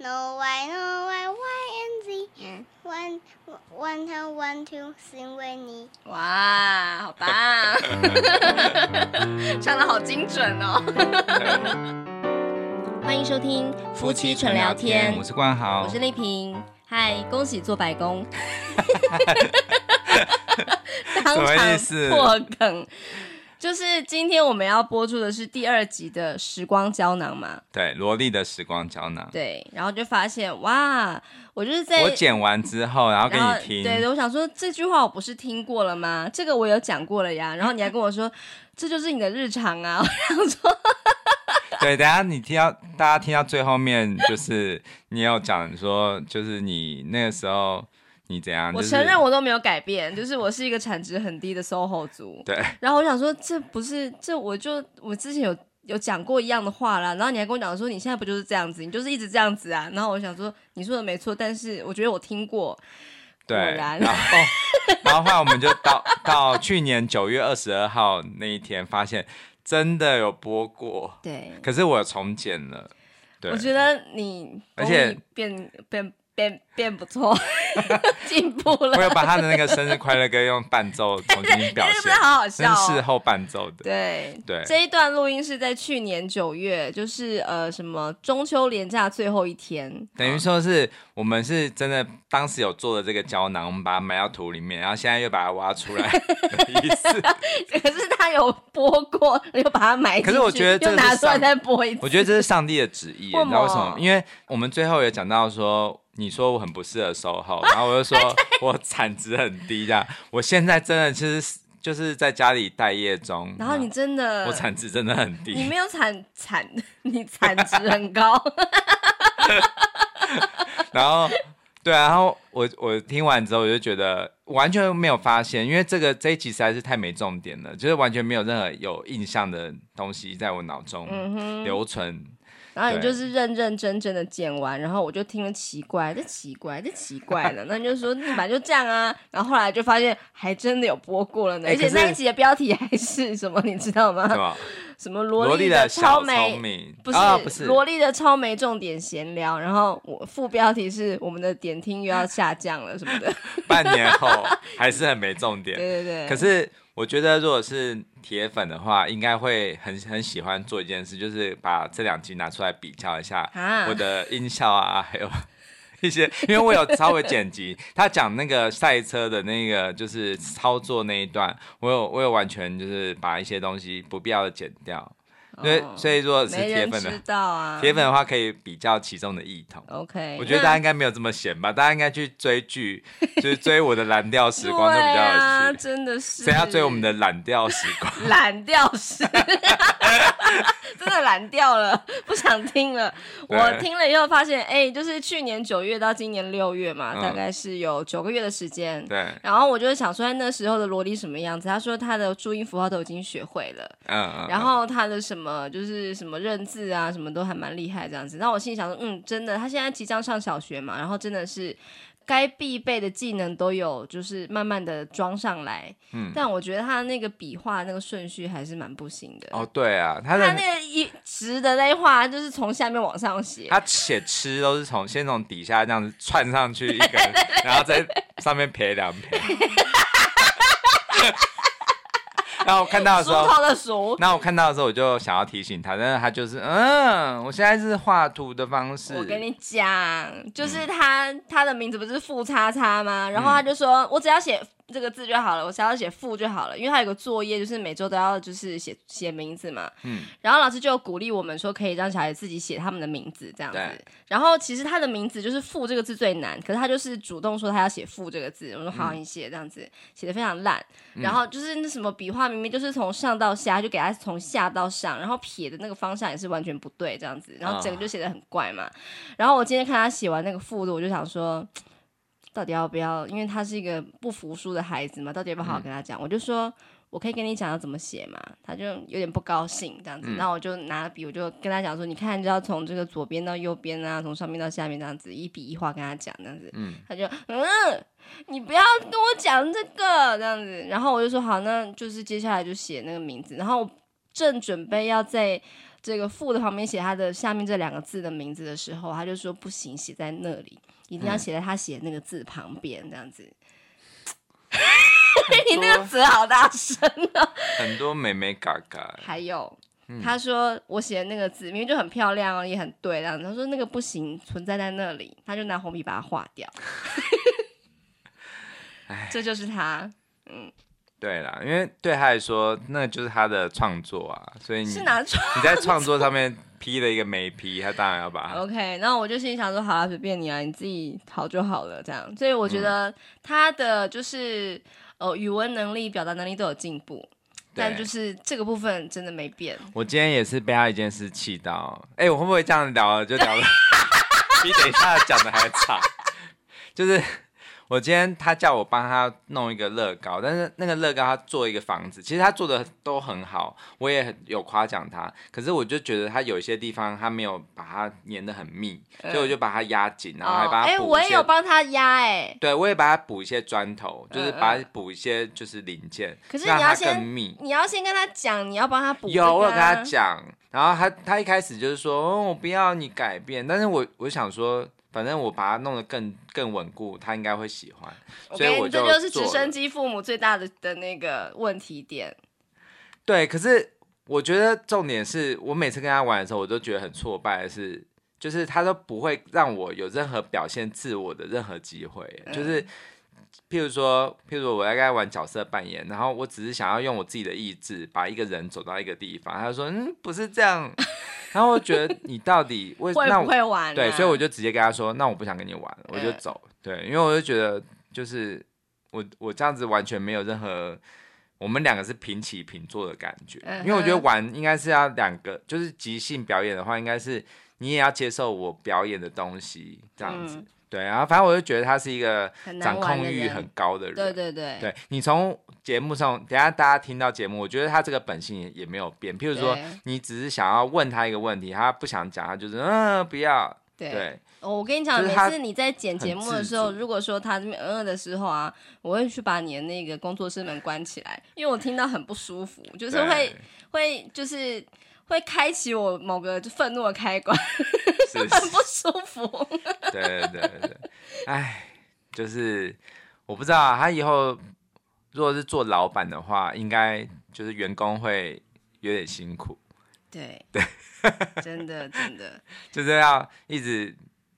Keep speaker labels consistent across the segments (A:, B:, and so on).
A: 嗯 One two one two，是因为你。
B: 哇，好 棒！唱的好精准哦。欢迎收听
C: 夫妻纯聊天，我是冠豪，
B: 我是丽萍。嗨，恭喜做白工，当
C: 什么意
B: 场
C: 思
B: 破梗。就是今天我们要播出的是第二集的《时光胶囊》嘛，
C: 对，萝莉的时光胶囊。
B: 对，然后就发现哇，我就是在
C: 我剪完之后，然后给
B: 然后
C: 你听，
B: 对，我想说这句话我不是听过了吗？这个我有讲过了呀。然后你还跟我说这就是你的日常啊，我想说
C: 对等一下你听到大家听到最后面，就是你有讲说，就是你那个时候你怎样，
B: 我
C: 就是
B: 承认我都没有改变，就是我是一个产值很低的 SOHO 族。
C: 对
B: 然后我想说这不是这我就我之前有有讲过一样的话啦，然后你还跟我讲说你现在不就是这样子，你就是一直这样子啊。然后我想说你说的没错，但是我觉得我听过，
C: 对，
B: 果然
C: 然后 然后后来我们就到到去年九月二十二号那一天，发现真的有播过，
B: 对，
C: 可是我重剪了，对
B: 我，觉得你
C: 而且
B: 功力变变变变不 错，进步了
C: 我。有把他的那个生日快乐歌用伴奏重新表
B: 是不
C: 现
B: 是，好好
C: 真
B: 笑、
C: 是事
B: 哦？
C: 后伴奏的，
B: 对
C: 对
B: 这一段录音是在去年九月，就是呃什么中秋连假最后一天，
C: 等于说是我们是真的当时有做的这个胶囊，我们把它埋到土里面，然后现在又把它挖出来的意思。
B: 可是他有播过，又把它埋进去，
C: 可是我觉得这
B: 又拿
C: 是
B: 出来
C: 上
B: 再播一次。
C: 我觉得这是上帝的旨意，你
B: 为什么
C: 知道为什么？因为我们最后有讲到说，你说我很不适合售后，然后我 就说我产值很低，这样。我现在真的就是就是在家里待业中，
B: 然后你真的，
C: 我产值真的很
B: 你
C: 低，
B: 没有产产，你产值很高，
C: 然后。对啊，然后我我听完之后，我就觉得完全没有发现，因为这个这一集实在是太没重点了，就是完全没有任何有印象的东西在我脑中留存。
B: 嗯然后你
C: 对
B: 就是认认真真的剪完，然后我就听了奇怪，这奇怪，这奇怪的，那你就说你本来就这样啊，然后后来就发现还真的有播过了呢，
C: 哎
B: 而且
C: 可是
B: 那一集的标题还是什么，你知道吗？
C: 是吗？
B: 什么
C: 萝
B: 萝
C: 莉
B: 的
C: 小
B: 超
C: 聪
B: 美，
C: 明，
B: 不是、
C: 啊、不是
B: 萝莉的超没重点闲聊，然后我副标题是我们的点听又要下降了什么 的，
C: 半年后还是很没重点。
B: 对对对。
C: 可是我觉得，如果是铁粉的话，应该会很很喜欢做一件事，就是把这两集拿出来比较一下
B: 啊
C: 我的音效啊，还有 一些，因为我有稍微剪辑，他讲那个赛车的那个就是操作那一段，我有我有完全就是把一些东西不必要的剪掉，因为、所以如果是
B: 哦没
C: 铁
B: 人
C: 粉
B: 知
C: 的
B: 道哦啊，
C: 铁粉的话，可以比较其中的异同。
B: OK，
C: 我觉得大家应该没有这么闲吧，大家应该去追剧，就是追我的蓝调时
B: 那
C: 光，就比
B: 对
C: 较
B: 啊，
C: 有趣。
B: 真的是
C: 谁要追我们的蓝调时 光？
B: 懒掉 是，真的懒掉了，不想听了。
C: 对
B: 我听了以后发现，哎、就是去年九月到今年六月嘛，
C: 嗯
B: 大概是有九个月的时间。
C: 对，
B: 然后我就想说，哎那时候的萝莉什么样子？他说他的注音符号都已经学会了，
C: 嗯 嗯。
B: 然后他的什么就是什么认字啊，什么都还蛮厉害这样子。那我心里想说，嗯，真的，他现在即将上小学嘛，然后真的是该必备的技能都有，就是慢慢的装上来。
C: 嗯
B: 但我觉得他那个笔画那个顺序还是蛮不行的。
C: 哦，对啊，
B: 他
C: 他的
B: 那个一直的那一画就是从下面往上写，
C: 他写吃都是从先从底下这样子串上去 一个，然后在上面撇两撇。 然后我看到的时
B: 梳
C: 候，
B: 头的数。
C: 那我看到的时候，我就想要提醒他，但是他就是嗯，我现在是画图的方式。
B: 我跟你讲，就是他、他的名字不是付叉叉吗？然后他就说，我只要写这个字就好了，我只要写付就好了，因为他有个作业，就是每周都要就是写写名字嘛。
C: 嗯
B: 然后老师就有鼓励我们说，可以让小孩自己写他们的名字这样子
C: 对。
B: 然后其实他的名字就是“付”这个字最难，可是他就是主动说他要写“付”这个字。我说好，你写这样子，写的非常烂。然后就是那什么笔画，明明就是从上到下，就给他从下到上，然后撇的那个方向也是完全不对这样子，然后整个就写的很怪嘛。然后我今天看他写完那个“付”的，我就想说。到底要不要？因为他是一个不服输的孩子嘛，到底要不要好好跟他讲？我就说，我可以跟你讲要怎么写嘛，他就有点不高兴这样子，那、我就拿了笔，我就跟他讲说，你看就要从这个左边到右边啊，从上面到下面这样子，一笔一画跟他讲这样子，
C: 嗯
B: 他就嗯，你不要跟我讲这个这样子，然后我就说好，那就是接下来就写那个名字，然后正准备要在这个副的旁边写他的下面这两个字的名字的时候，他就说不行，写在那里，一定要写在他写那个字旁边，这样子。 你那个词好大声哦！
C: 很多美美嘎嘎，
B: 还有，他说我写的那个字明明就很漂亮哦，也很对，这样子。他说那个不行，存在在那里，他就拿红笔把它划掉。这就是他，
C: 对啦，因为对他来说，那就是他的创作啊，所以你
B: 是拿出
C: 你在创作上面批了一个美批，他当然要把它
B: OK，然后我就心里想说，好啦，随便你啊，你自己好就好了，这样。所以
C: 嗯
B: 我觉得他的就是、呃语文能力、表达能力都有进步，但
C: 对
B: 就是这个部分真的没变。
C: 我今天也是被他一件事气到，哎、我会不会这样聊啊 就聊了，比等一下讲的还长？就是我今天他叫我帮他弄一个乐高，但是那个乐高他做一个房子，其实他做的都很好，我也很有夸奖他，可是我就觉得他有一些地方他没有把它粘的很密，所以我就把它压紧，然后
B: 嗯
C: 还
B: 哦
C: 把它
B: 哎、
C: 补
B: 我
C: 一
B: 也
C: 些
B: 有帮他压哎、
C: 对，我也把它补一些砖头，就是
B: 嗯
C: 把它
B: 嗯
C: 补一些就是零件，
B: 可是
C: 让
B: 你要
C: 它
B: 先
C: 更密。
B: 你要先跟他讲，你要帮他补、啊
C: 有，我有跟他。讲，然后他他一开始就是说，哦，我不要你改变，但是我我想说，反正我把它弄得更更稳固，他应该会喜欢，
B: 我
C: 所
B: 跟
C: 以
B: 你
C: 我
B: 这就是
C: 做
B: 直
C: 了
B: 升机父母最大的的那个问题点。
C: 对，可是我觉得重点是我每次跟他玩的时候，我都觉得很挫败的是。就是他都不会让我有任何表现自我的任何机会，
B: 嗯
C: 就是譬如说，譬如我在跟他玩角色扮演，然后我只是想要用我自己的意志把一个人走到一个地方，他就说嗯不是这样， 然后我觉得你到底为
B: 会
C: 那
B: 不
C: 我
B: 会玩、啊？
C: 对，所以我就直接跟他说，那我不想跟你玩了，我就走。对，因为我就觉得，就是我我这样子完全没有任何我们两个是平起平坐的感觉。因为我觉得
B: 嗯哼
C: 玩应该是要两个，就是即兴表演的话，应该是你也要接受我表演的东西这样子。
B: 嗯
C: 对，然后反正我就觉得他是一个
B: 很难
C: 掌
B: 玩
C: 控
B: 的
C: 欲
B: 人
C: 很高的人。
B: 对对对
C: 对你从节目上，等一下大家听到节目，我觉得他这个本性也也没有变。譬如说
B: 对，
C: 你只是想要问他一个问题，他不想讲，他就是嗯不要。
B: 对
C: 对，
B: 哦，我跟你讲，
C: 就是
B: 每
C: 他
B: 次你在剪节目的时候，
C: 很自主
B: 如果说他这边嗯嗯的时候啊，我会去把你的那个工作室门关起来，因为我听到很不舒服，就是
C: 对
B: 会会就是会开启我某个就愤怒的开 关，
C: 是，
B: 很不舒服。
C: 对对对对对，哎，就是我不知道啊他以后如果是做老板的话，应该就是员工会有点辛苦，
B: 对对，真的真的，
C: 就是要一直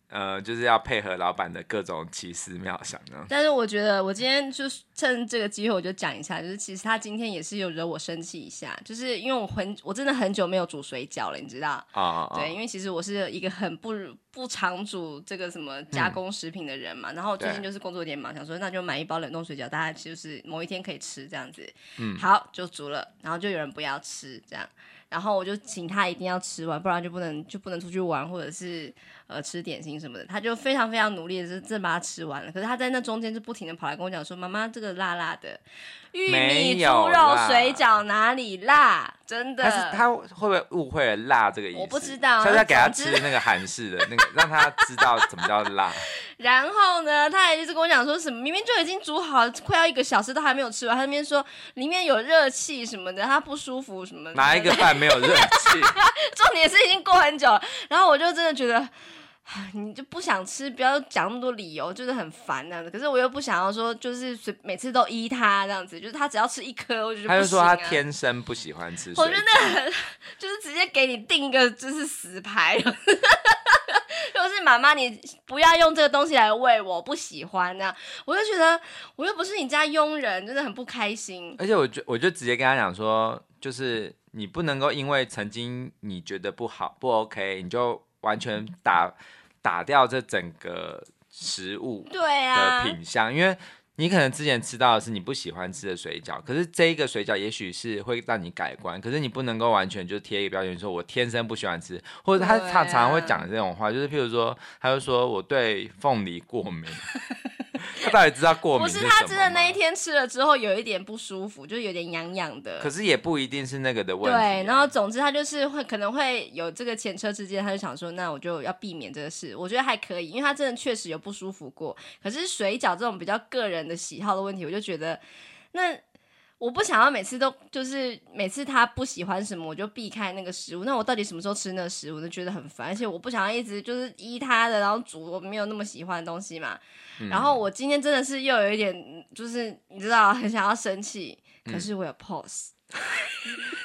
C: 呃，就是要配合老板的各种奇思妙想呢。
B: 但是我觉得我今天就是趁这个机会，我就讲一下，就是其实他今天也是有惹我生气一下，就是因为我很我真的很久没有煮水饺了，你知道。
C: 啊啊啊！
B: 对，因为其实我是一个很不不常煮这个什么加工食品的人嘛，然后最近
C: 嗯对
B: 就是工作有点忙，想说那就买一包冷冻水饺，大家就是某一天可以吃这样子。嗯，好，就煮了，然后就有人不要吃这样，然后我就请他一定要吃完，不然就不能就不能出去玩或者是呃吃点心什么的。他就非常非常努力的，是真把它吃完了。可是他在那中间就不停的跑来跟我讲说：“妈妈，这个辣辣的，玉米
C: 没
B: 猪
C: 有
B: 肉
C: 啦
B: 水饺哪里辣？真的。”
C: 但是他会不会误会了辣这个意思？
B: 我不知道
C: 下次要
B: 总
C: 给他
B: 之
C: 吃那个韩式的那个， 让他知道什么叫 辣。
B: 然后呢，他还一直跟我讲说什么，明明就已经煮好了，快要一个小时都还没有吃完，他那边说里面有热气什么的，他不舒服什么的。
C: 哪一个？饭没有热 气？
B: 啊重点是已经过很久了，然后我就真的觉得，唉你就不想吃，不要讲那么多理由，就是很烦那样子。可是我又不想要说，就是随每次都依他这样子，就是他只要吃一颗，我就觉得
C: 他就
B: 不行
C: 说
B: 啊
C: 他天生不喜欢吃水
B: 我觉
C: 饺。
B: 得很， 就是直接给你定一个就是死牌， 就是妈妈你不要用这个东西来喂我，不喜欢那、我就觉得我又不是你家佣人，真的很不开心。
C: 而且我就我就直接跟他讲说，就是你不能够因为曾经你觉得不好不 OK，你就完全打打掉这整个食物
B: 对
C: 的
B: 啊，
C: 品相，因为你可能之前吃到的是你不喜欢吃的水饺，可是这一个水饺也许是会让你改观，可是你不能够完全就贴一个标签说我天生不喜欢吃，或者他
B: 对啊
C: 常常常会讲这种话，就是譬如说，他就说我对凤梨过敏， 他到底知道过
B: 不
C: 敏是
B: 是
C: 什么吗？
B: 他真的那一天吃了之后有一点不舒服，就是有点痒痒的。
C: 可是也不一定是那个的问题啊、
B: 对，然后总之他就是会可能会有这个前车之鉴，他就想说，那我就要避免这个事。我觉得还可以，因为他真的确实有不舒服过。可是水饺这种比较个人的喜好的问题，我就觉得那我不想要每次都就是每次他不喜欢什么我就避开那个食物，那我到底什么时候吃那个食物，我就觉得很烦，而且我不想要一直就是依他的，然后煮我没有那么喜欢的东西嘛。
C: 嗯
B: 然后我今天真的是又有一点，嗯就是你知道，很想要生气，
C: 嗯
B: 可是我有 pose，、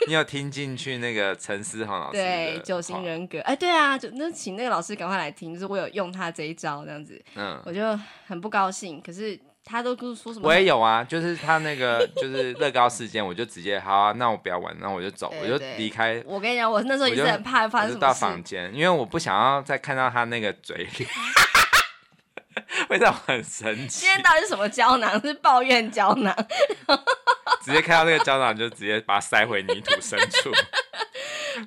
C: 你有听进去那个陈思豪老师的
B: 对
C: 话
B: 九型，人格，哎，对啊，就那请那个老师赶快来听，就是我有用他这一招这样子，
C: 嗯，
B: 我就很不高兴，可是他都跟我说什么，
C: 我也有啊，就是他那个 就是乐高事件，我就直接好啊，那我不要玩，那我就走，
B: 对
C: 我就
B: 对
C: 离开，
B: 我跟你讲，我那时候也是很怕发
C: 我
B: 生
C: 就
B: 什
C: 到
B: 么事
C: 房。间，因为我不想要再看到他那个嘴脸， 会让我很生气
B: 今。天到底是什么胶囊？ 是抱怨胶囊。
C: 直接看到那个胶囊就直接把它塞回泥土深 处。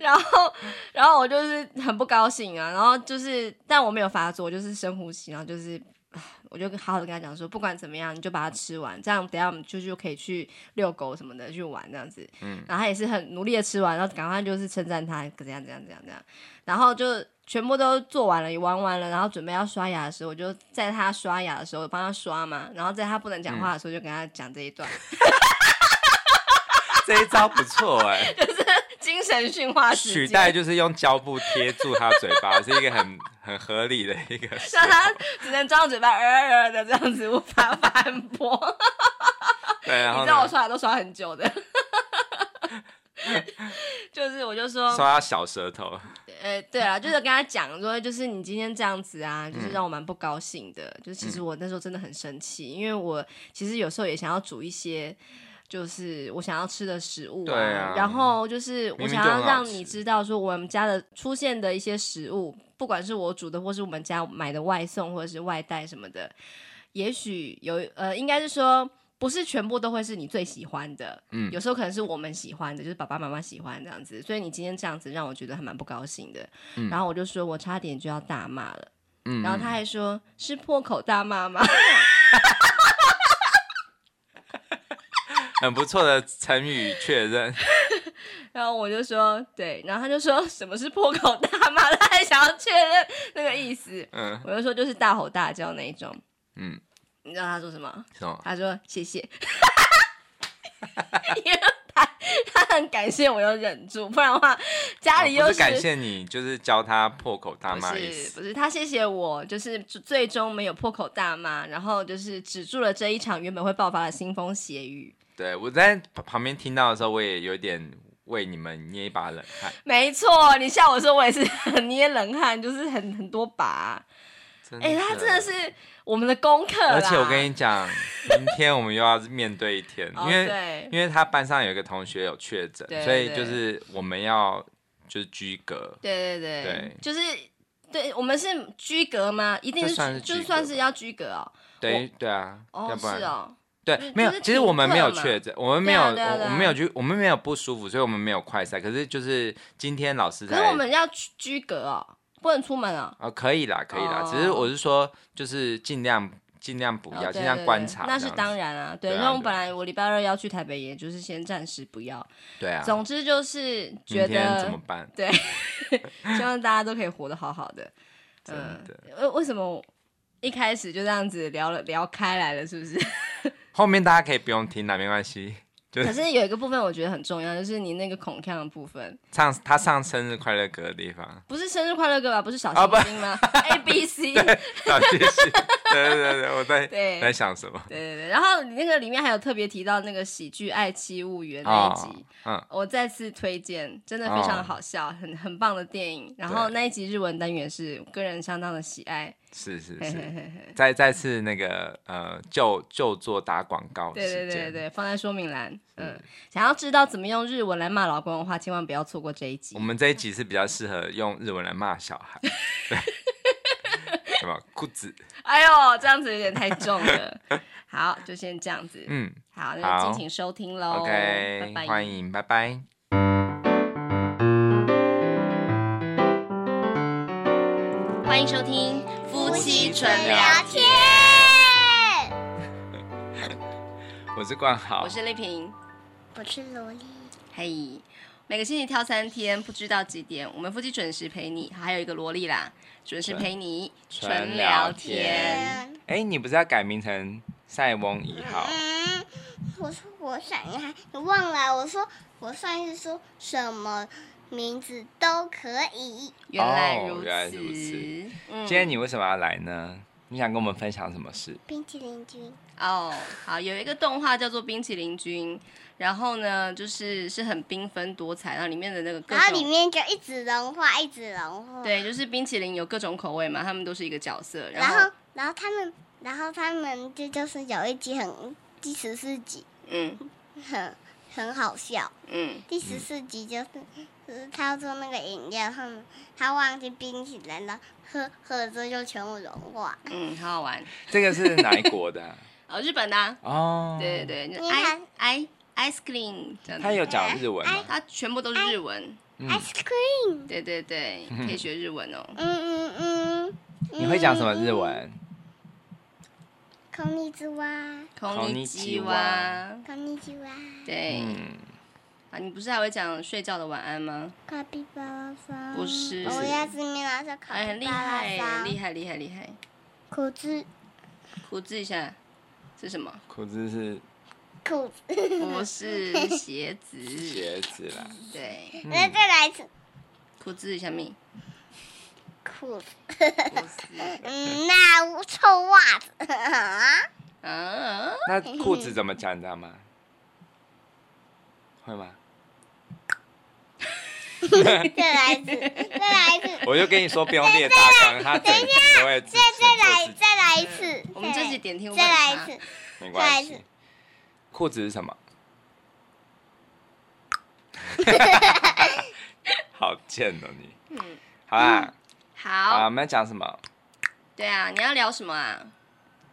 B: 然后，然后我就是很不高兴啊。然后就是，但我没有发作，我就是深呼吸，然后就是，唉我就好好的跟他讲说，不管怎么样，你就把它吃完，这样等一下我们就就可以去遛狗什么的去玩这样子。嗯，然后他也是很努力的吃完，然后赶快就是称赞他怎样怎样怎样怎样，然后就。全部都做完了，也玩完了，然后准备要刷牙的时候，我就在他刷牙的时候帮他刷嘛，然后在他不能讲话的时候，就跟他讲这一段。
C: 这一招不错哎、
B: 精神驯化时
C: 取
B: 间
C: 代就是用胶布贴住他嘴巴，是一个很很合理的一 个。
B: 让啊他只能张着嘴巴呃呃呃的这样子，无法反驳。
C: 对，然
B: 你
C: 后
B: 知道我
C: 呢，
B: 刷牙都刷很久的， 就是我就说，
C: 刷他小舌头，
B: 呃，对啊，就是跟他讲说，就是你今天这样子啊，就是让我蛮不高兴的。就是其实我那时候真的很生气，因为我其实有时候也想要煮一些。就是我想要吃的食物
C: 对啊
B: 然后就是我
C: 明明
B: 想
C: 就
B: 要
C: 很好
B: 让
C: 吃
B: 你知道，说我们家的出现的一些食物，不管是我煮的，或是我们家买的外送或者是外带什么的，也许有呃，应该是说不是全部都会是你最喜欢的，
C: 嗯
B: 有时候可能是我们喜欢的，就是爸爸妈妈喜欢这样子，所以你今天这样子让我觉得还蛮不高兴的，然后我就说我差点就要大骂了，
C: 嗯
B: 然后他还说是破口大骂吗？
C: 很不错的成语确认。
B: 然后我就说对，然后他就说什么是破口大骂， 他还想要确认那个意思，
C: 嗯，
B: 我就说就是大吼大叫那一种，
C: 嗯，
B: 你知道他说什么？
C: 什么？
B: 他说谢 谢，因为他他很感谢我有忍住，不然的话家里又
C: 哦不是感谢你，就是教他破口大
B: 不
C: 骂的意
B: 是
C: 思。
B: 不是他谢谢我，就是最最终没有破口大骂，然后就是止住了这一场原本会爆发的腥风血雨。
C: 对我在旁边听到的时候，我也有点为你们捏一把冷汗，
B: 没错，你笑我说我也是很捏冷汗，就是很很多把。
C: 真的。
B: 哎、他真的是我们的功课啦
C: 而且我跟你讲，明天我们又要面对一天，
B: 哦
C: 因为
B: 对
C: 因为他班上有一个同学有确诊，
B: 对
C: 所以
B: 对
C: 就是我们要就是居隔，
B: 对对对，
C: 对
B: 就是对我们是居隔吗？一定
C: 这
B: 是
C: 算是
B: 就
C: 居隔
B: 算是要居隔哦。
C: 等于对啊，要
B: 哦，
C: 不然
B: 是哦，
C: 对
B: 就，
C: 没有
B: 就是，
C: 其实我们没有
B: 停课嘛
C: 确诊，我们没有，
B: 对啊对啊
C: 我
B: 对啊
C: 我们没有去，我们没有不舒服，所以我们没有快赛。可是就是今天老师
B: 可
C: 才
B: 是我们要居居隔哦，不能出门哦。
C: 哦，可以啦，可以啦，
B: 哦
C: 只是我是说，就是尽量尽量不
B: 哦
C: 要，
B: 对
C: 尽
B: 对
C: 量
B: 对
C: 观察这
B: 那
C: 样
B: 是
C: 子，
B: 当然啊，对，
C: 对啊
B: 因为我
C: 对啊
B: 本来我礼拜二要去台北，也就是先暂时不要。
C: 对啊。
B: 总之就是觉
C: 明天怎
B: 得
C: 么，办？
B: 对， 希望大家都可以活得好好的。
C: 真
B: 嗯
C: 的，
B: 为为什么一开始就这样子聊了聊开来了，是 不是？
C: 后面大家可以不用听啦，没关系。就是
B: 可是有一个部分我觉得很重要，就是你那个孔锵的部分，
C: 唱他唱生日快乐歌的地方，
B: 不是生日快乐歌吧？不是小
C: 啊不
B: 星星吗？A B C。
C: 啊，谢 谢。对对对对，我在
B: 对
C: 在想什么？
B: 对对对，然后你那个里面还有特别提到那个喜剧《爱妻物语》那一集，
C: 嗯，
B: 我再次推荐，真的非常好笑，很很棒的电影。然后
C: 啊对
B: 那一集日文单元是我个人相当的喜爱，
C: 是是
B: 嘿嘿
C: 是，
B: 嘿嘿。
C: 再再次那个呃，就就做打广告
B: 对对
C: 时
B: 对
C: 间，
B: 对，放在说明栏。嗯，想要知道怎么用日文来骂老公的话，千万不要错过这一集
C: 我。们这一集是比较适合用日文来骂小 孩，对，什么裤子，
B: 哎呦，这样子有点太重了。好，就先这样子。
C: 嗯
B: 好，那
C: 好
B: 就敬请收听喽。
C: ，OK，
B: 拜拜。
C: 欢迎，拜拜。
B: 欢迎收听《夫妻纯聊》，
A: 天。
C: 我是冠豪
B: 我，是丽萍。
A: 我是萝莉，
B: 嘿，每个星期挑三天，不知道几点，我们夫妻准时陪你，还有一个萝莉啦，准时陪你
C: 纯聊天
A: 嗯
C: 哎、你不是要改名成塞翁一号？
A: 嗯，我说我想一下，你忘了啊？我说我上一次说什么名字都可以。
B: 原来
C: 哦
B: 如此，
C: 原来如此
B: 嗯
C: 今天你为什么要来呢？你想跟我们分享什么事？
A: 冰淇淋君，
B: 哦，好，有一个动画叫做《冰淇淋君》，然后呢，就是是很缤纷多彩，然后里面的那个各
A: 然后里
B: 种。
A: 面就一直融化，一直融化。。
B: 对，就是冰淇淋有各种口味嘛，他们都是一个角色。
A: 然
B: 后，
A: 后，然后他们，然后他们这就是有一集很第十四集，
B: 嗯
A: 很很好笑。
B: 嗯，
A: 第十四集就是，就是他要做那个饮料，他们他忘记冰淇淋了，喝喝了之后就全部融化。
B: 嗯，好好玩。
C: 这个是哪一国的啊、
B: 哦，日本的、啊，
C: 哦，
B: 对，对对，就
A: 因为
B: i i ice cream 这样子。
C: 他有讲日文吗？
B: 它全部都是日文。
C: 嗯
A: Ice cream，
B: 对对对，可以学日文哦。
A: 嗯嗯嗯。
C: 你会讲什么日
B: 哎
C: 文？
A: こんにちは，
B: 空尼基哇，
A: こんにちは，
B: 对、
C: 嗯，
B: 啊，你不是还会讲睡觉的晚安吗？
A: 卡皮巴拉桑。
B: 不是
A: 我要吃面拉萨卡
B: 哎，很
A: 皮
B: 厉
A: 巴拉
B: 害，
A: 桑。
B: 厉害，厉害，厉害！
A: 苦子，
B: 苦字一下，是什么？
C: 苦子是
A: 苦子。
C: 嗯
B: 不是鞋子，
C: 鞋子啦。嗯
B: 对，
A: 那再来一次，
B: 苦字一下 咪，
A: 苦子。
B: 不是
A: 嗯，那臭袜子。
B: 啊，
C: 那裤子怎么讲？你知道吗？会吗？
A: 再来一次，再来一次，
C: 我就跟你说，不用列大 纲，他整个都会自
A: 再再来
C: 己，
A: 再来一次。
B: 我们这集点听不
A: 再来一
B: 到
A: 次，
C: 没
A: 再来
C: 关
A: 一次
C: 系。裤子是 什么？好贱哦你！
B: 嗯
C: 好
A: 嗯
C: 啦，好，我
B: 好，
C: 们要讲什么？
B: 对啊，你要聊什么啊？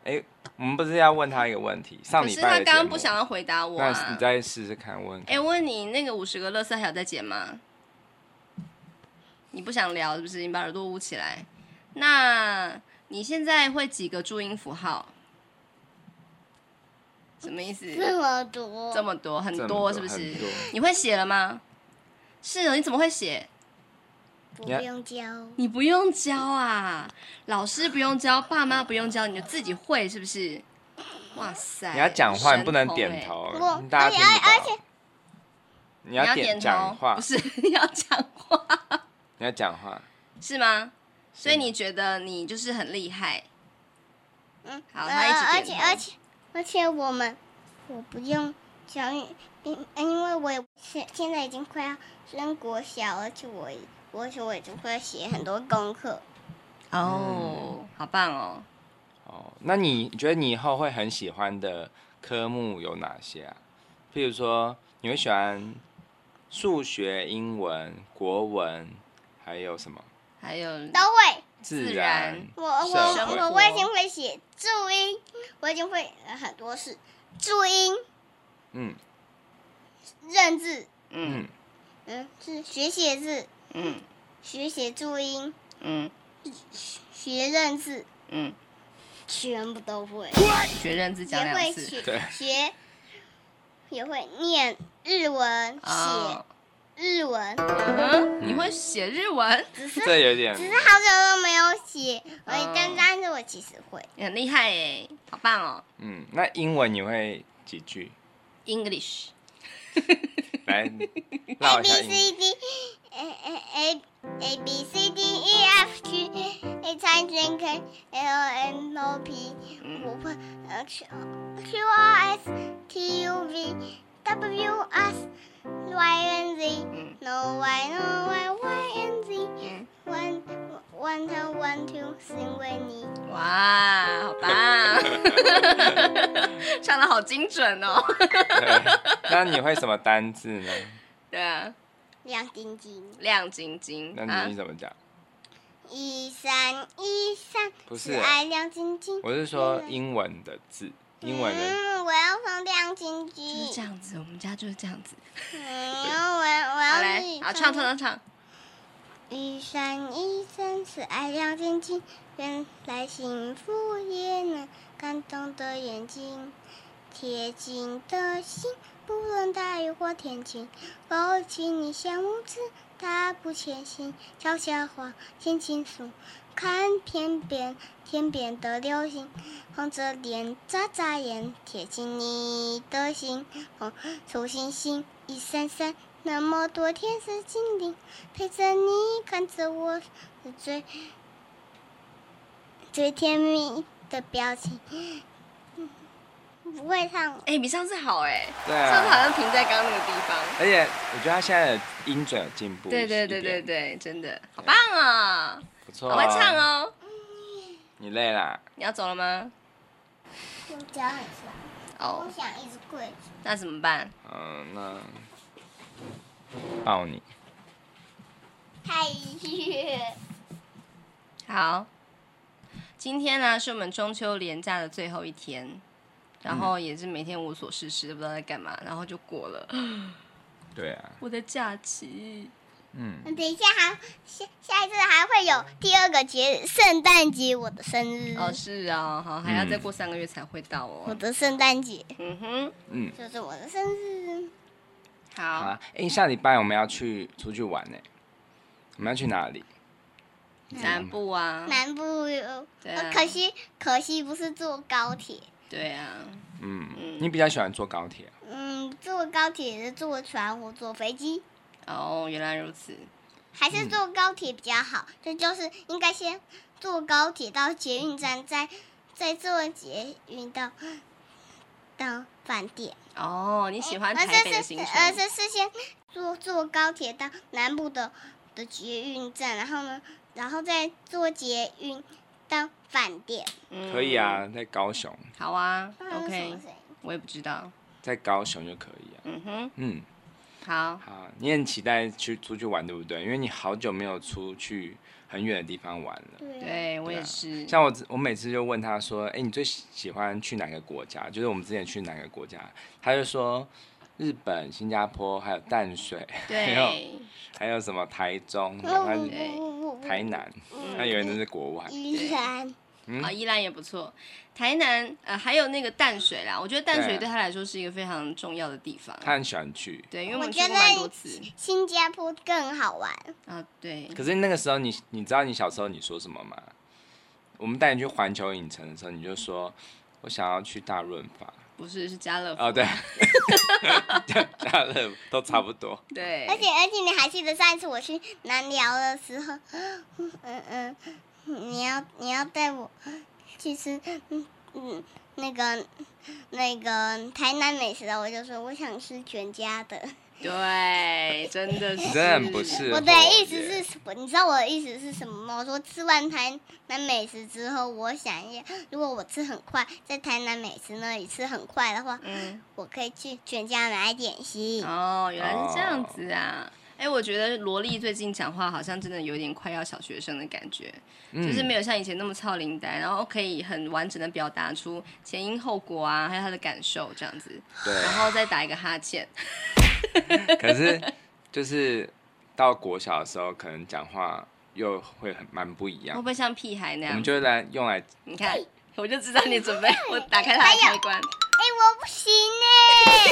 C: 哎，我们不是要问他一个问题？上
B: 可
C: 礼
B: 是
C: 拜
B: 他
C: 的
B: 刚
C: 节
B: 刚
C: 目
B: 不想要回答我
C: 那你
B: 啊。
C: 再试试看问。
B: 哎，问你那个五十个乐色还有在剪吗？你不想聊是不是？你把耳朵捂起来。那你现在会几个注音符号？什么意思？
A: 这么多，
B: 这么多，很
C: 这么
B: 多
C: 多
B: 是不是
C: 很多？
B: 你会写了吗？是哦，你怎么会写？
A: 不
C: 你看
A: 用教。
B: 你不用教啊，老师不用教，爸妈不用教，你就自己会是不是？哇塞！
C: 你要讲话，你不能
B: 神童欸
C: 点。头
A: 我，
C: 大家
A: 而且而
C: 听不到。你
B: 你
C: 要
B: 点
C: 点
B: 头
C: 讲话
B: 不，是 你要讲话
C: 你要讲话。
B: 是吗？所以你觉得你就是很厉害？
A: 嗯，
B: 好他一
A: 而
B: 起
A: 且
B: 点
A: 而
B: 头
A: 且而且我们我不用小语，因因为我也现现在已经快要升国小，而且我而且我已经会写很多功课。
C: 嗯
B: 哦，好棒哦！
C: 哦，那你觉得你以后会很喜欢的科目有哪些啊？譬如说，你会喜欢数学、英文、国文，还有什么？
B: 还有
A: 都会，
B: 自
C: 自
B: 然
A: 我我
C: 社会
A: 我我已经会写注音，我已经会呃很多事，注音、
C: 嗯
A: 认字，
B: 嗯
C: 嗯，
A: 嗯，是学写字，
B: 嗯
A: 学写注音，
B: 嗯
A: 学认字，
B: 嗯，
A: 全部都会。
B: 学认字讲
A: 也
B: 两
A: 会
B: 次
A: 学
C: 对
A: 学，也会念日文，写
C: 嗯
B: 哦
A: 日文，
B: 嗯，你会写日文？
A: 只是
C: 这有点
A: 只是好久都没有写，而已
B: 哦
A: 但但是我其实会
B: 你很厉害耶，好棒哦
C: 嗯。那英文你会几句？
B: ！English，
C: 来
A: A
C: 绕一
A: B
C: 下英
A: C
C: 文。
A: D A A A A B C D E F G H I J K L M O P，我
B: 嗯
A: 会呃 Q Q R S T U V W S Y N Z
B: 嗯
A: No Y No Y Y N Z。
B: 嗯，
A: One one two one two，是因为你。
B: 哇，好 棒，唱的好精准哦。
C: 对那你会什么单字 呢？
B: 对啊，
A: 亮晶晶，
B: 亮晶晶
C: 那
B: 啊
C: 你，怎么讲？
A: 一闪一闪，
C: 不是
A: 是爱亮晶晶。
C: 我是说
B: 嗯
C: 英文的字，英文的。
A: 嗯，我要放亮晶
B: 就
A: 晶。
B: 是这样子，我们家就是这样子。
A: 嗯，然后我要我要
B: 好来
A: 自，己
B: 好唱唱唱唱，
A: 一闪一闪，是爱亮晶晶。原来幸福也能感动的眼睛，贴近的心，不论大雨或天晴，抱紧你像拇指，踏步前行，悄悄话，轻轻松，看天边，天边的流星，红着脸，眨眨眼，贴近你的心，红数星星，一闪闪，那么多天使精灵陪着你，看着我，是最最甜蜜的表情。嗯不会唱了，
B: 哎、比上次好哎、
C: 对
B: 上次好
C: 啊，
B: 像停在刚刚那个地方。
C: 而且我觉得他现在的音准有进步，
B: 对对对对，对，真的好棒啊、
C: 不错、
B: 好会唱，哦！
C: 你累啦，
B: 你要走了吗？
A: 我脚很酸，
B: 哦
A: 我，想一直跪着。
B: 那怎么办？
C: 嗯，那抱你，
A: 太热，
B: 好，今天呢是我们中秋连假的最后一天，然后也是每天无所事事，都不知道在干嘛，然后就过了
C: 对啊，
B: 我的假期。
C: 嗯，
A: 等一下还下下一次还会有第二个节日，圣诞节，我的生日，
B: 哦，是啊、好，还要再过三个月才会到
A: 我
B: 哦。
A: 的圣诞节
B: 嗯哼，
C: 嗯，
A: 就是我的生日。
C: 好
B: 好
C: 啊，，哎、下礼拜我们要去出去玩呢、我们要去哪里？
B: 南部啊，
A: 南部有，
B: 对啊
A: 呃可惜可惜不是坐高铁，
B: 对啊，
C: 嗯
B: 嗯，
C: 你比较喜欢坐高铁啊、
A: 嗯，坐高铁是坐船或坐飞机，
B: 哦，原来如此。
A: 还是坐
B: 嗯
A: 高铁比较好。这就是应该先坐高铁到捷运站，再再坐捷运到到饭店。
B: 哦，你喜欢
A: 而
B: 台
A: 是
B: 北的
A: 是
B: 行
A: 而
B: 程？
A: 是是先坐坐高铁到南部的的捷运站，然后呢，然后再坐捷运到饭店。
B: 嗯
C: 可以。啊，在高雄，
B: 好啊
A: 不然是什
B: ，OK，
A: 么声音
B: 我也不知道。
C: 在高雄就可以啊。
B: 嗯哼，
C: 嗯，
B: 好，
C: 好，你很期待去出去玩，对不对？因为你好久没有出去很远的地方玩了。
A: 对
B: 对我
C: 对
B: 也
C: 啊
B: 是。
C: 像我，我每次就问他说：“哎、你最喜喜欢去哪个国家？就是我们之前去哪个国家？”他就说：“日本、新加坡，还有淡水，
B: 对，
C: 还有什么台中，
A: 我
C: 然后他是
B: 嗯
A: 我我我
C: 台南，他以为那是国外。
A: 依然
C: 嗯
B: 啊，依然也不错。台南呃，还有那个淡水啦，我觉得淡水
C: 对
B: 对他来说是一个非常重要的地方。
C: 他很喜欢去。
B: 对，因为我
A: 我
B: 们去
A: 觉
B: 过
A: 得
B: 蛮多次
A: 新加坡更好玩。
B: 啊。对，
C: 可是那个时候你，你知道你小时候你说什么吗？我们带你去环球影城的时候，你就说：“我想要去大润发。
B: 不是是家乐”福。
C: 哦，对，家家乐都差不多。
B: 对，
A: 而且而且你还记得上一次我去南寮的时候， 嗯嗯，你要你要带我去吃嗯嗯那个那个台南美食的，我就说我想吃全家的。
B: 对，真的是啊
C: 你真的很不适合
A: 我的意思
C: 耶
A: 是什么？你知道我的意思是什么吗？我说吃完台南美食之后，我想要如果我吃很快，在台南美食那里吃很快的话，
B: 嗯，
A: 我可以去全家买点心。
B: 哦，原来是这样子啊。哎、我觉得萝莉最近讲话好像真的有点快要小学生的感觉，嗯就是
C: 嗯
B: 没有像以前那么操林丹，然后可以很完整的表达出前因后果啊，还有她的感受这样子，然
C: 对，
B: 后再打一个哈欠。
C: 可是就是到国小的时候，可能讲话又会很蛮不一
B: 会
C: 样
B: 哦不。会像屁孩那
C: 我们
B: 样？
C: 就来用来
B: 你看，我就知道你准备，我打开它
A: 哎还
B: 的
A: 有
B: 开关。
A: 哎、我不行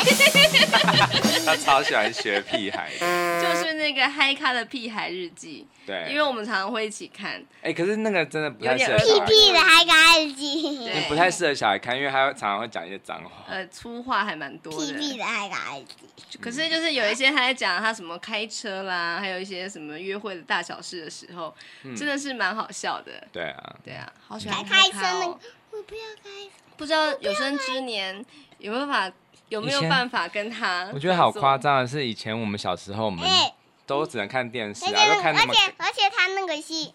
A: 哎、
C: 他超喜欢学屁孩的，
B: 就是那个嗨咖的屁孩日记，因为
C: 对。
B: 我们常常会一起看。
C: 哎、可是那个真的不
B: 有
C: 太
B: 点
C: 适合小
A: 屁
C: 孩，
A: 屁的还敢记，
B: 对
C: 不太适合小孩看，因为他常常会讲一些脏话。
B: 呃，粗话还蛮多
A: 屁屁
B: 的，
A: 的还敢记。
B: 可是就是有一些他在讲他什么开车啦，还有一些什么约会的大小事的时候，
C: 嗯
B: 真的是蛮好笑的。
C: 对啊，
B: 对啊，好喜欢
A: 开
B: 嗨咖
A: 车那
B: 哦
A: 个我不要开，
B: 不知道有生之年有没有办法，有没有
C: 以前
B: 办法跟他？
C: 我觉得好夸。张的是，以前我们小时候，我们
A: 哎、
B: 嗯
C: 都只能看电视
A: 而且
C: 啊，都看那
A: 而
C: 么。
A: 且而且他那个戏，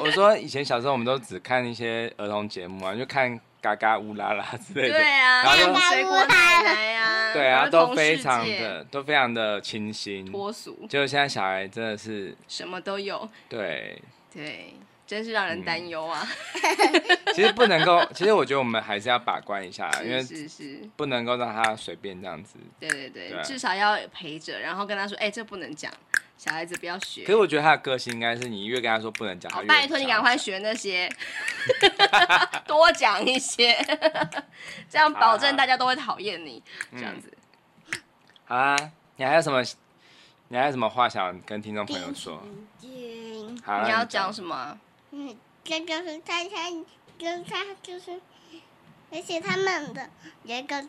C: 我说以前小时候，我们都只看一些儿童节目啊，就看嘎嘎乌拉拉之类的。
B: 对啊，
C: 然后
B: 像
C: 就
B: 水果奶奶呀，
C: 对啊，
B: 儿童
C: 都非
B: 世
C: 常
B: 界
C: 的都非常的清新。
B: 脱俗，
C: 结果现在小孩真的是
B: 什么都有。
C: 对，
B: 对，真是让人担忧啊！
C: 其实不能够，其实我觉得我们还是要把关一下，啊嗯因为
B: 是是是，
C: 不能够让他随便这样子。
B: 对对对，
C: 对啊
B: 至少要陪着，然后跟他说，哎、这不能讲，小孩子不要学
C: 可。是我觉得他的个性应该是，你越跟他说不能讲，
B: 好
C: 他，越
B: 拜托你
C: 想
B: 赶快学那 些，多讲一些，这样保
C: 啊
B: 证大家都会讨厌你。这样子，
C: 嗯好啊！你还有什么？你还有什么话想跟听众朋友说？
A: 君
D: 好啦
B: 你要
D: 你讲
B: 讲什么啊？
A: 嗯，这就是他他就是他就是，而且他们的有一个，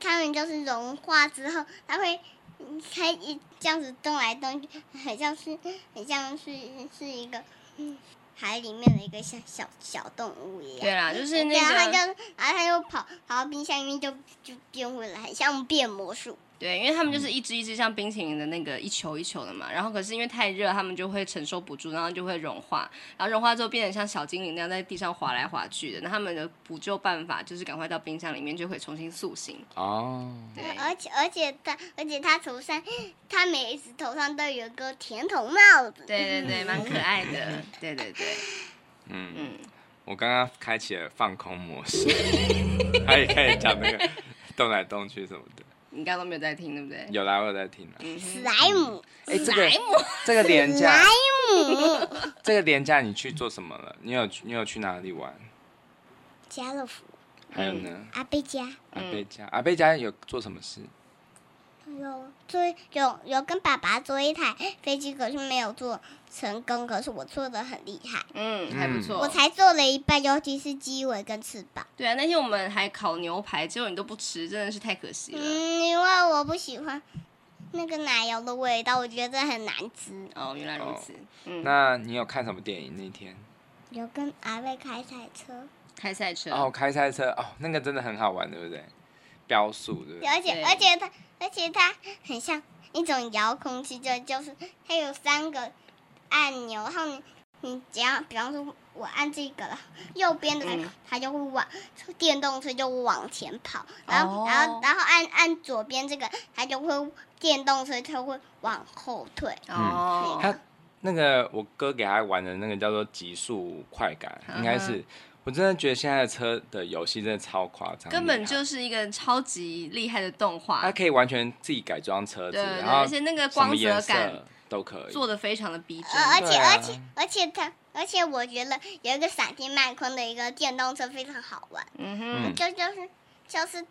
A: 他们就是融化之后，它会嗯开一这样子动来动去，很像是很像是是一个嗯海里面的一个小小小动物一样。
B: 对啦，就是那
A: 对啊，他
B: 个
A: 就，然后他就跑跑到冰箱里面就就变回来，很像变魔术。
B: 对，因为他们就是一只一只像冰淇淋的那个一球一球的嘛，然后可是因为太热，他们就会承受不住，然后就会融化，然后融化之后变得像小精灵那样在地上滑来滑去的。那他们的补救办法就是赶快到冰箱里面就可以重新塑形。
D: 哦，
B: 对，
A: 而且而且他而且他头上，他每一只头上都有一个甜筒帽子。
B: 对对对，蛮可爱的。对对对，
C: 嗯，
B: 嗯，
C: 我刚刚开启了放空模式， 他也开始讲那 个动来动去什么的。
B: 你刚刚都没有在听，对不对？
C: 有啦，我有在听啦。
B: 嗯
A: 史莱姆，
C: 哎、这
B: 莱
C: 个
B: 姆，
C: 这个廉
B: 嗯
A: 史
C: 价
A: 莱， 姆，
C: 这个廉价你去做什么了？你有去你有去哪里玩？
A: 家乐福，
C: 还有呢？
A: 阿贝家，
B: 嗯
C: 阿贝家，阿贝家有做什么事？
A: 有坐有有跟爸爸坐一台飞机，可是没有坐成功，可是我坐的很厉害，
B: 嗯，还不错。
A: 我才坐了一半，尤其是鸡尾跟翅膀，
B: 对啊，那天我们还烤牛排，结果你都不吃，真的是太可惜了。
A: 嗯，因为我不喜欢那个奶油的味道，我觉得很难吃。
B: 哦，原来如此。嗯，
C: 那你有看什么电影那天？
A: 有跟阿贝开赛车，
B: 开赛车。
C: 哦，开赛车哦，那个真的很好玩，对不对？标速，对不对？
A: 而且
B: 对
A: 而且它而且它很像一种遥控器，就就是它有三个按钮，然后你你只要比方说我按这个了，右边的它、
B: 嗯
A: 它就会往电动车就往前跑，然后、
B: 哦
A: 然后然后按按左边这个，它就会电动车就会往后退。
B: 哦，
C: 他那个我哥给他玩的那个叫做极速快感，
B: 啊
C: 应该是。我真的觉得现在的车的游戏真的超夸张，
B: 根本
C: 厉害
B: 就是一个超级厉害的动画
C: 它。可以完全自己改装车子，
B: 对对，
C: 然后
B: 而且那个
C: 什
B: 光
C: 么
B: 泽
C: 颜
B: 感
C: 色都可以。
B: 做的非常的逼真。
A: 呃，而且、
C: 对啊
A: 而且而且它而且我觉得有一个闪电麦昆的一个电动车非常好玩。
B: 嗯
C: 嗯
B: 哼，
A: 就就是就是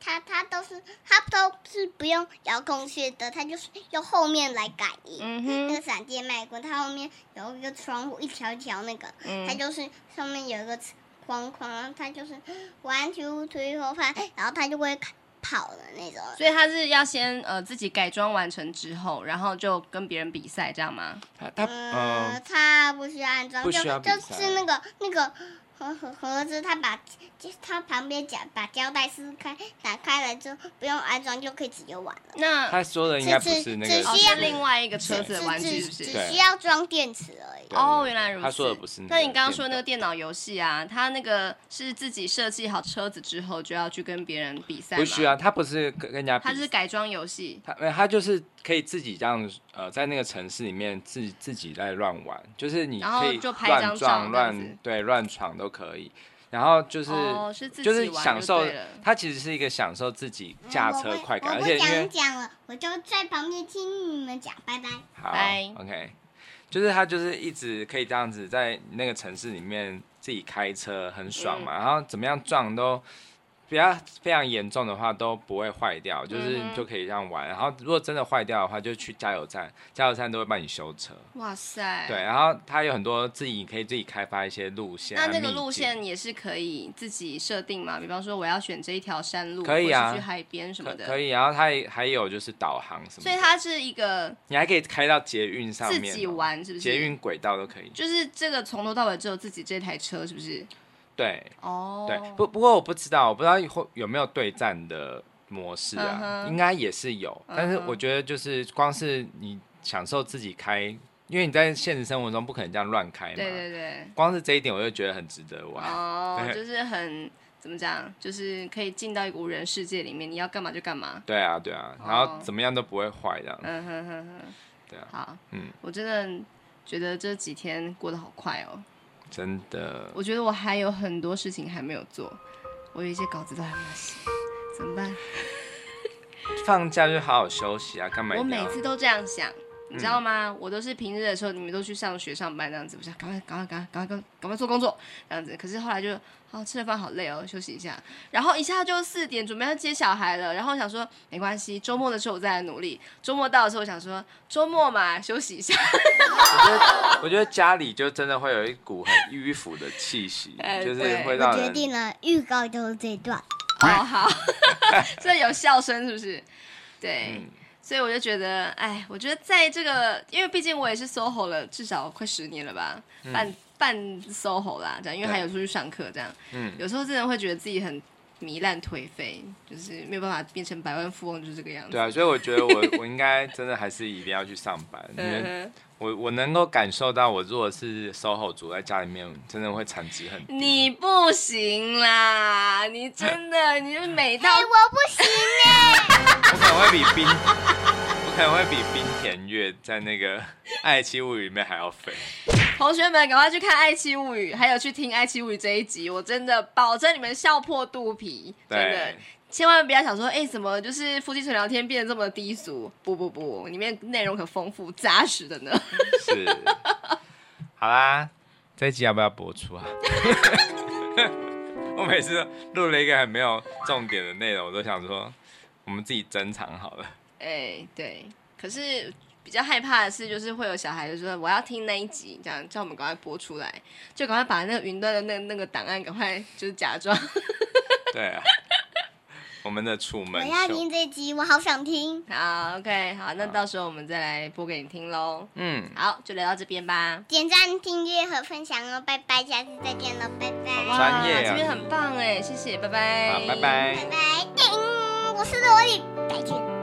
A: 它它都是它都是不用遥控器的，它就是用后面来感应。
B: 嗯
A: 那
B: 哼，
A: 个闪电麦昆，它后面有一个窗户，一条一条那个，它
B: 嗯，
A: 就是上面有一个框框，然后它就是 one two three four five，然后它就会跑的那种。
B: 所以他是要先呃自己改装完成之后，然后就跟别人比赛，这样吗？
C: 它它
A: 嗯
C: 嗯，，
A: 它不需要安装，
C: 不
A: 就
C: 需要比
A: 就
C: 赛
A: 是那个那个盒盒盒子，它把就它旁边夹把胶带撕开，打开了之后不用安装就可以直接玩了。
B: 那
C: 他说的应该不是那个，
A: 只
B: 哦
A: 只需要
B: 是另外一个车
A: 只
B: 子的玩具，
A: 只
B: 是不
A: 只
B: 是？
C: 对
A: 需要装电池而已。
C: 对
B: 哦，原来如此。
C: 他说的不是那个
B: 那你刚刚说那个电
C: 电
B: 脑游戏啊，他那个是自己设计好车子之后就要去跟别人比赛吗？
C: 不需，要，他不是跟跟人家比
B: 它是改装游戏。
C: 他没有，他就是可以自己这样子，呃，在那个城市里面自己自己在乱玩，就是你
B: 然后
C: 可以
B: 就拍
C: 乱
B: 张
C: 撞、
B: 照这样子
C: 乱对乱闯都可以。然后就是、
B: 哦，是自己
C: 就
B: 玩
C: 是享受
B: 对了，
C: 它其实是一个享受自己
A: 嗯
C: 驾
A: 我
C: 车
A: 不
C: 快感，
A: 我
C: 而
A: 不
C: 且因为
A: 想讲了，我就在旁边听你们讲，拜拜。
C: 好
B: 拜
C: ，OK，就是他就是一直可以这样子在那个城市里面自己开车，很爽
B: 嗯
C: 嘛。然后怎么样撞都比较非常严重的话都不会坏掉，就是
B: 嗯哼
C: 就可以这样玩。然后如果真的坏掉的话，就去加油站，加油站都会帮你修车。
B: 哇塞，
C: 对，。然后它有很多自己可以自己开发一些路线啊，
B: 那那个
C: 秘
B: 路
C: 境
B: 线也是可以自己设定嘛？比方说我要选这一条山路，
C: 可以啊
B: 或是去海边什么
C: 可
B: 的。
C: 可以，然后它也还有就是导航什么的，
B: 所以它是一个
C: 你还可以开到捷运上
B: 自
C: 面哦，
B: 己玩，是不是？
C: 捷运轨道都可以。
B: 就是这个从头到尾只有自己这台车，是不是？
C: 对，
B: 哦，
C: 对，不不过我不知道，我不知道会有没有对战的模式
B: 嗯
C: 啊，
B: 哼
C: 应该也是有，但是
B: 嗯哼
C: 我觉得就是光是你享受自己开，因为你在现实生活中不可能这样乱开嘛，
B: 对对对，
C: 光是这一点我就觉得很值得玩。
B: 哦，
C: 对
B: 就是很怎么讲，就是可以进到一个无人世界里面，你要干嘛就干嘛。
C: 对啊，对啊，然
B: 哦
C: 后怎么样都不会坏这样。
B: 嗯哼哼哼，
C: 对啊，
B: 好，
C: 嗯，
B: 我真的觉得这几天过得好快哦。
C: 真的，
B: 我觉得我还有很多事情还没有做，我有一些稿子都还没有写，怎么办？
C: 放假就好好休息啊，干嘛一
B: 我
C: 定
B: 每
C: 要？
B: 次都这样想，你知道吗？我都是平日的时候，你们都去上学上班这样子，我想赶快赶快赶快赶快赶快赶快做工作这样子。可是后来就好、吃了饭好累哦，休息一下，然后一下就四点，准备要接小孩了。然后想说没关系，周末的时候我再来努力。周末到的时候，我想说周末嘛，休息一下。
C: 我觉得家里就真的会有一股很迂腐的气息
B: 哎，
C: 就是
B: 对
C: 会
A: 我
C: 让
A: 决
C: 人
A: 定了，预告就是这一段。
B: 哦，好， 这有笑声是不是？对，
C: 嗯
B: 所以我就觉得，哎，我觉得在这个，因为毕竟我也是 SOHO 了，至少快十年了吧，
C: 嗯
B: 半半 SOHO 啦，这样，因为还有出去上课这样，
C: 嗯
B: 有时候真的会觉得自己很糜烂颓废，就是没有办法变成百万富翁，就是这个样子。
C: 对啊，所以我觉得我我应该真的还是一定要去上班，因
B: 嗯
C: 为
B: 哼，
C: 我我能够感受到，我如果是 SOHO 族在家里面，真的会产值很低。
B: 你不行啦，你真 的，你就每到
A: 哎，我不行哎、
C: 我可能会比冰，我可能会比冰田月在那个《爱妻物语》里面还要肥。
B: 同学们，赶快去看《爱妻物语》，还有去听《爱妻物语》这一集，我真的保证你们笑破肚皮，真的
C: 对。
B: 千万不要想说，哎、怎么就是夫妻纯聊天变得这么低俗？不不不，里面内容可丰富扎实 的呢。
C: 是，好啦，这一集要不要播出啊？ 我每次都录了一个很没有重点的内容，我都想说我们自己珍藏好了。
B: 哎、对。可是比较害怕的是，就是会有小孩就说我要听那一集，这样叫我们赶快播出来，就赶快把那个云端的那那个档案赶快就是假装。
C: 对啊，我们的楚门
A: 我要
C: 秀，
A: 听这集，我好想听。
B: 好，OK，好，那到时候我们再来播给你听喽。
C: 嗯，
B: 好，就聊到这边吧。
A: 点赞、订阅和分享哦，拜拜，下次再见了，拜拜，
C: 专业啊
B: 哇这边很棒哎，谢谢，拜拜，
C: 好，拜拜
A: 嗯拜。拜，叮，我是萝莉，白天。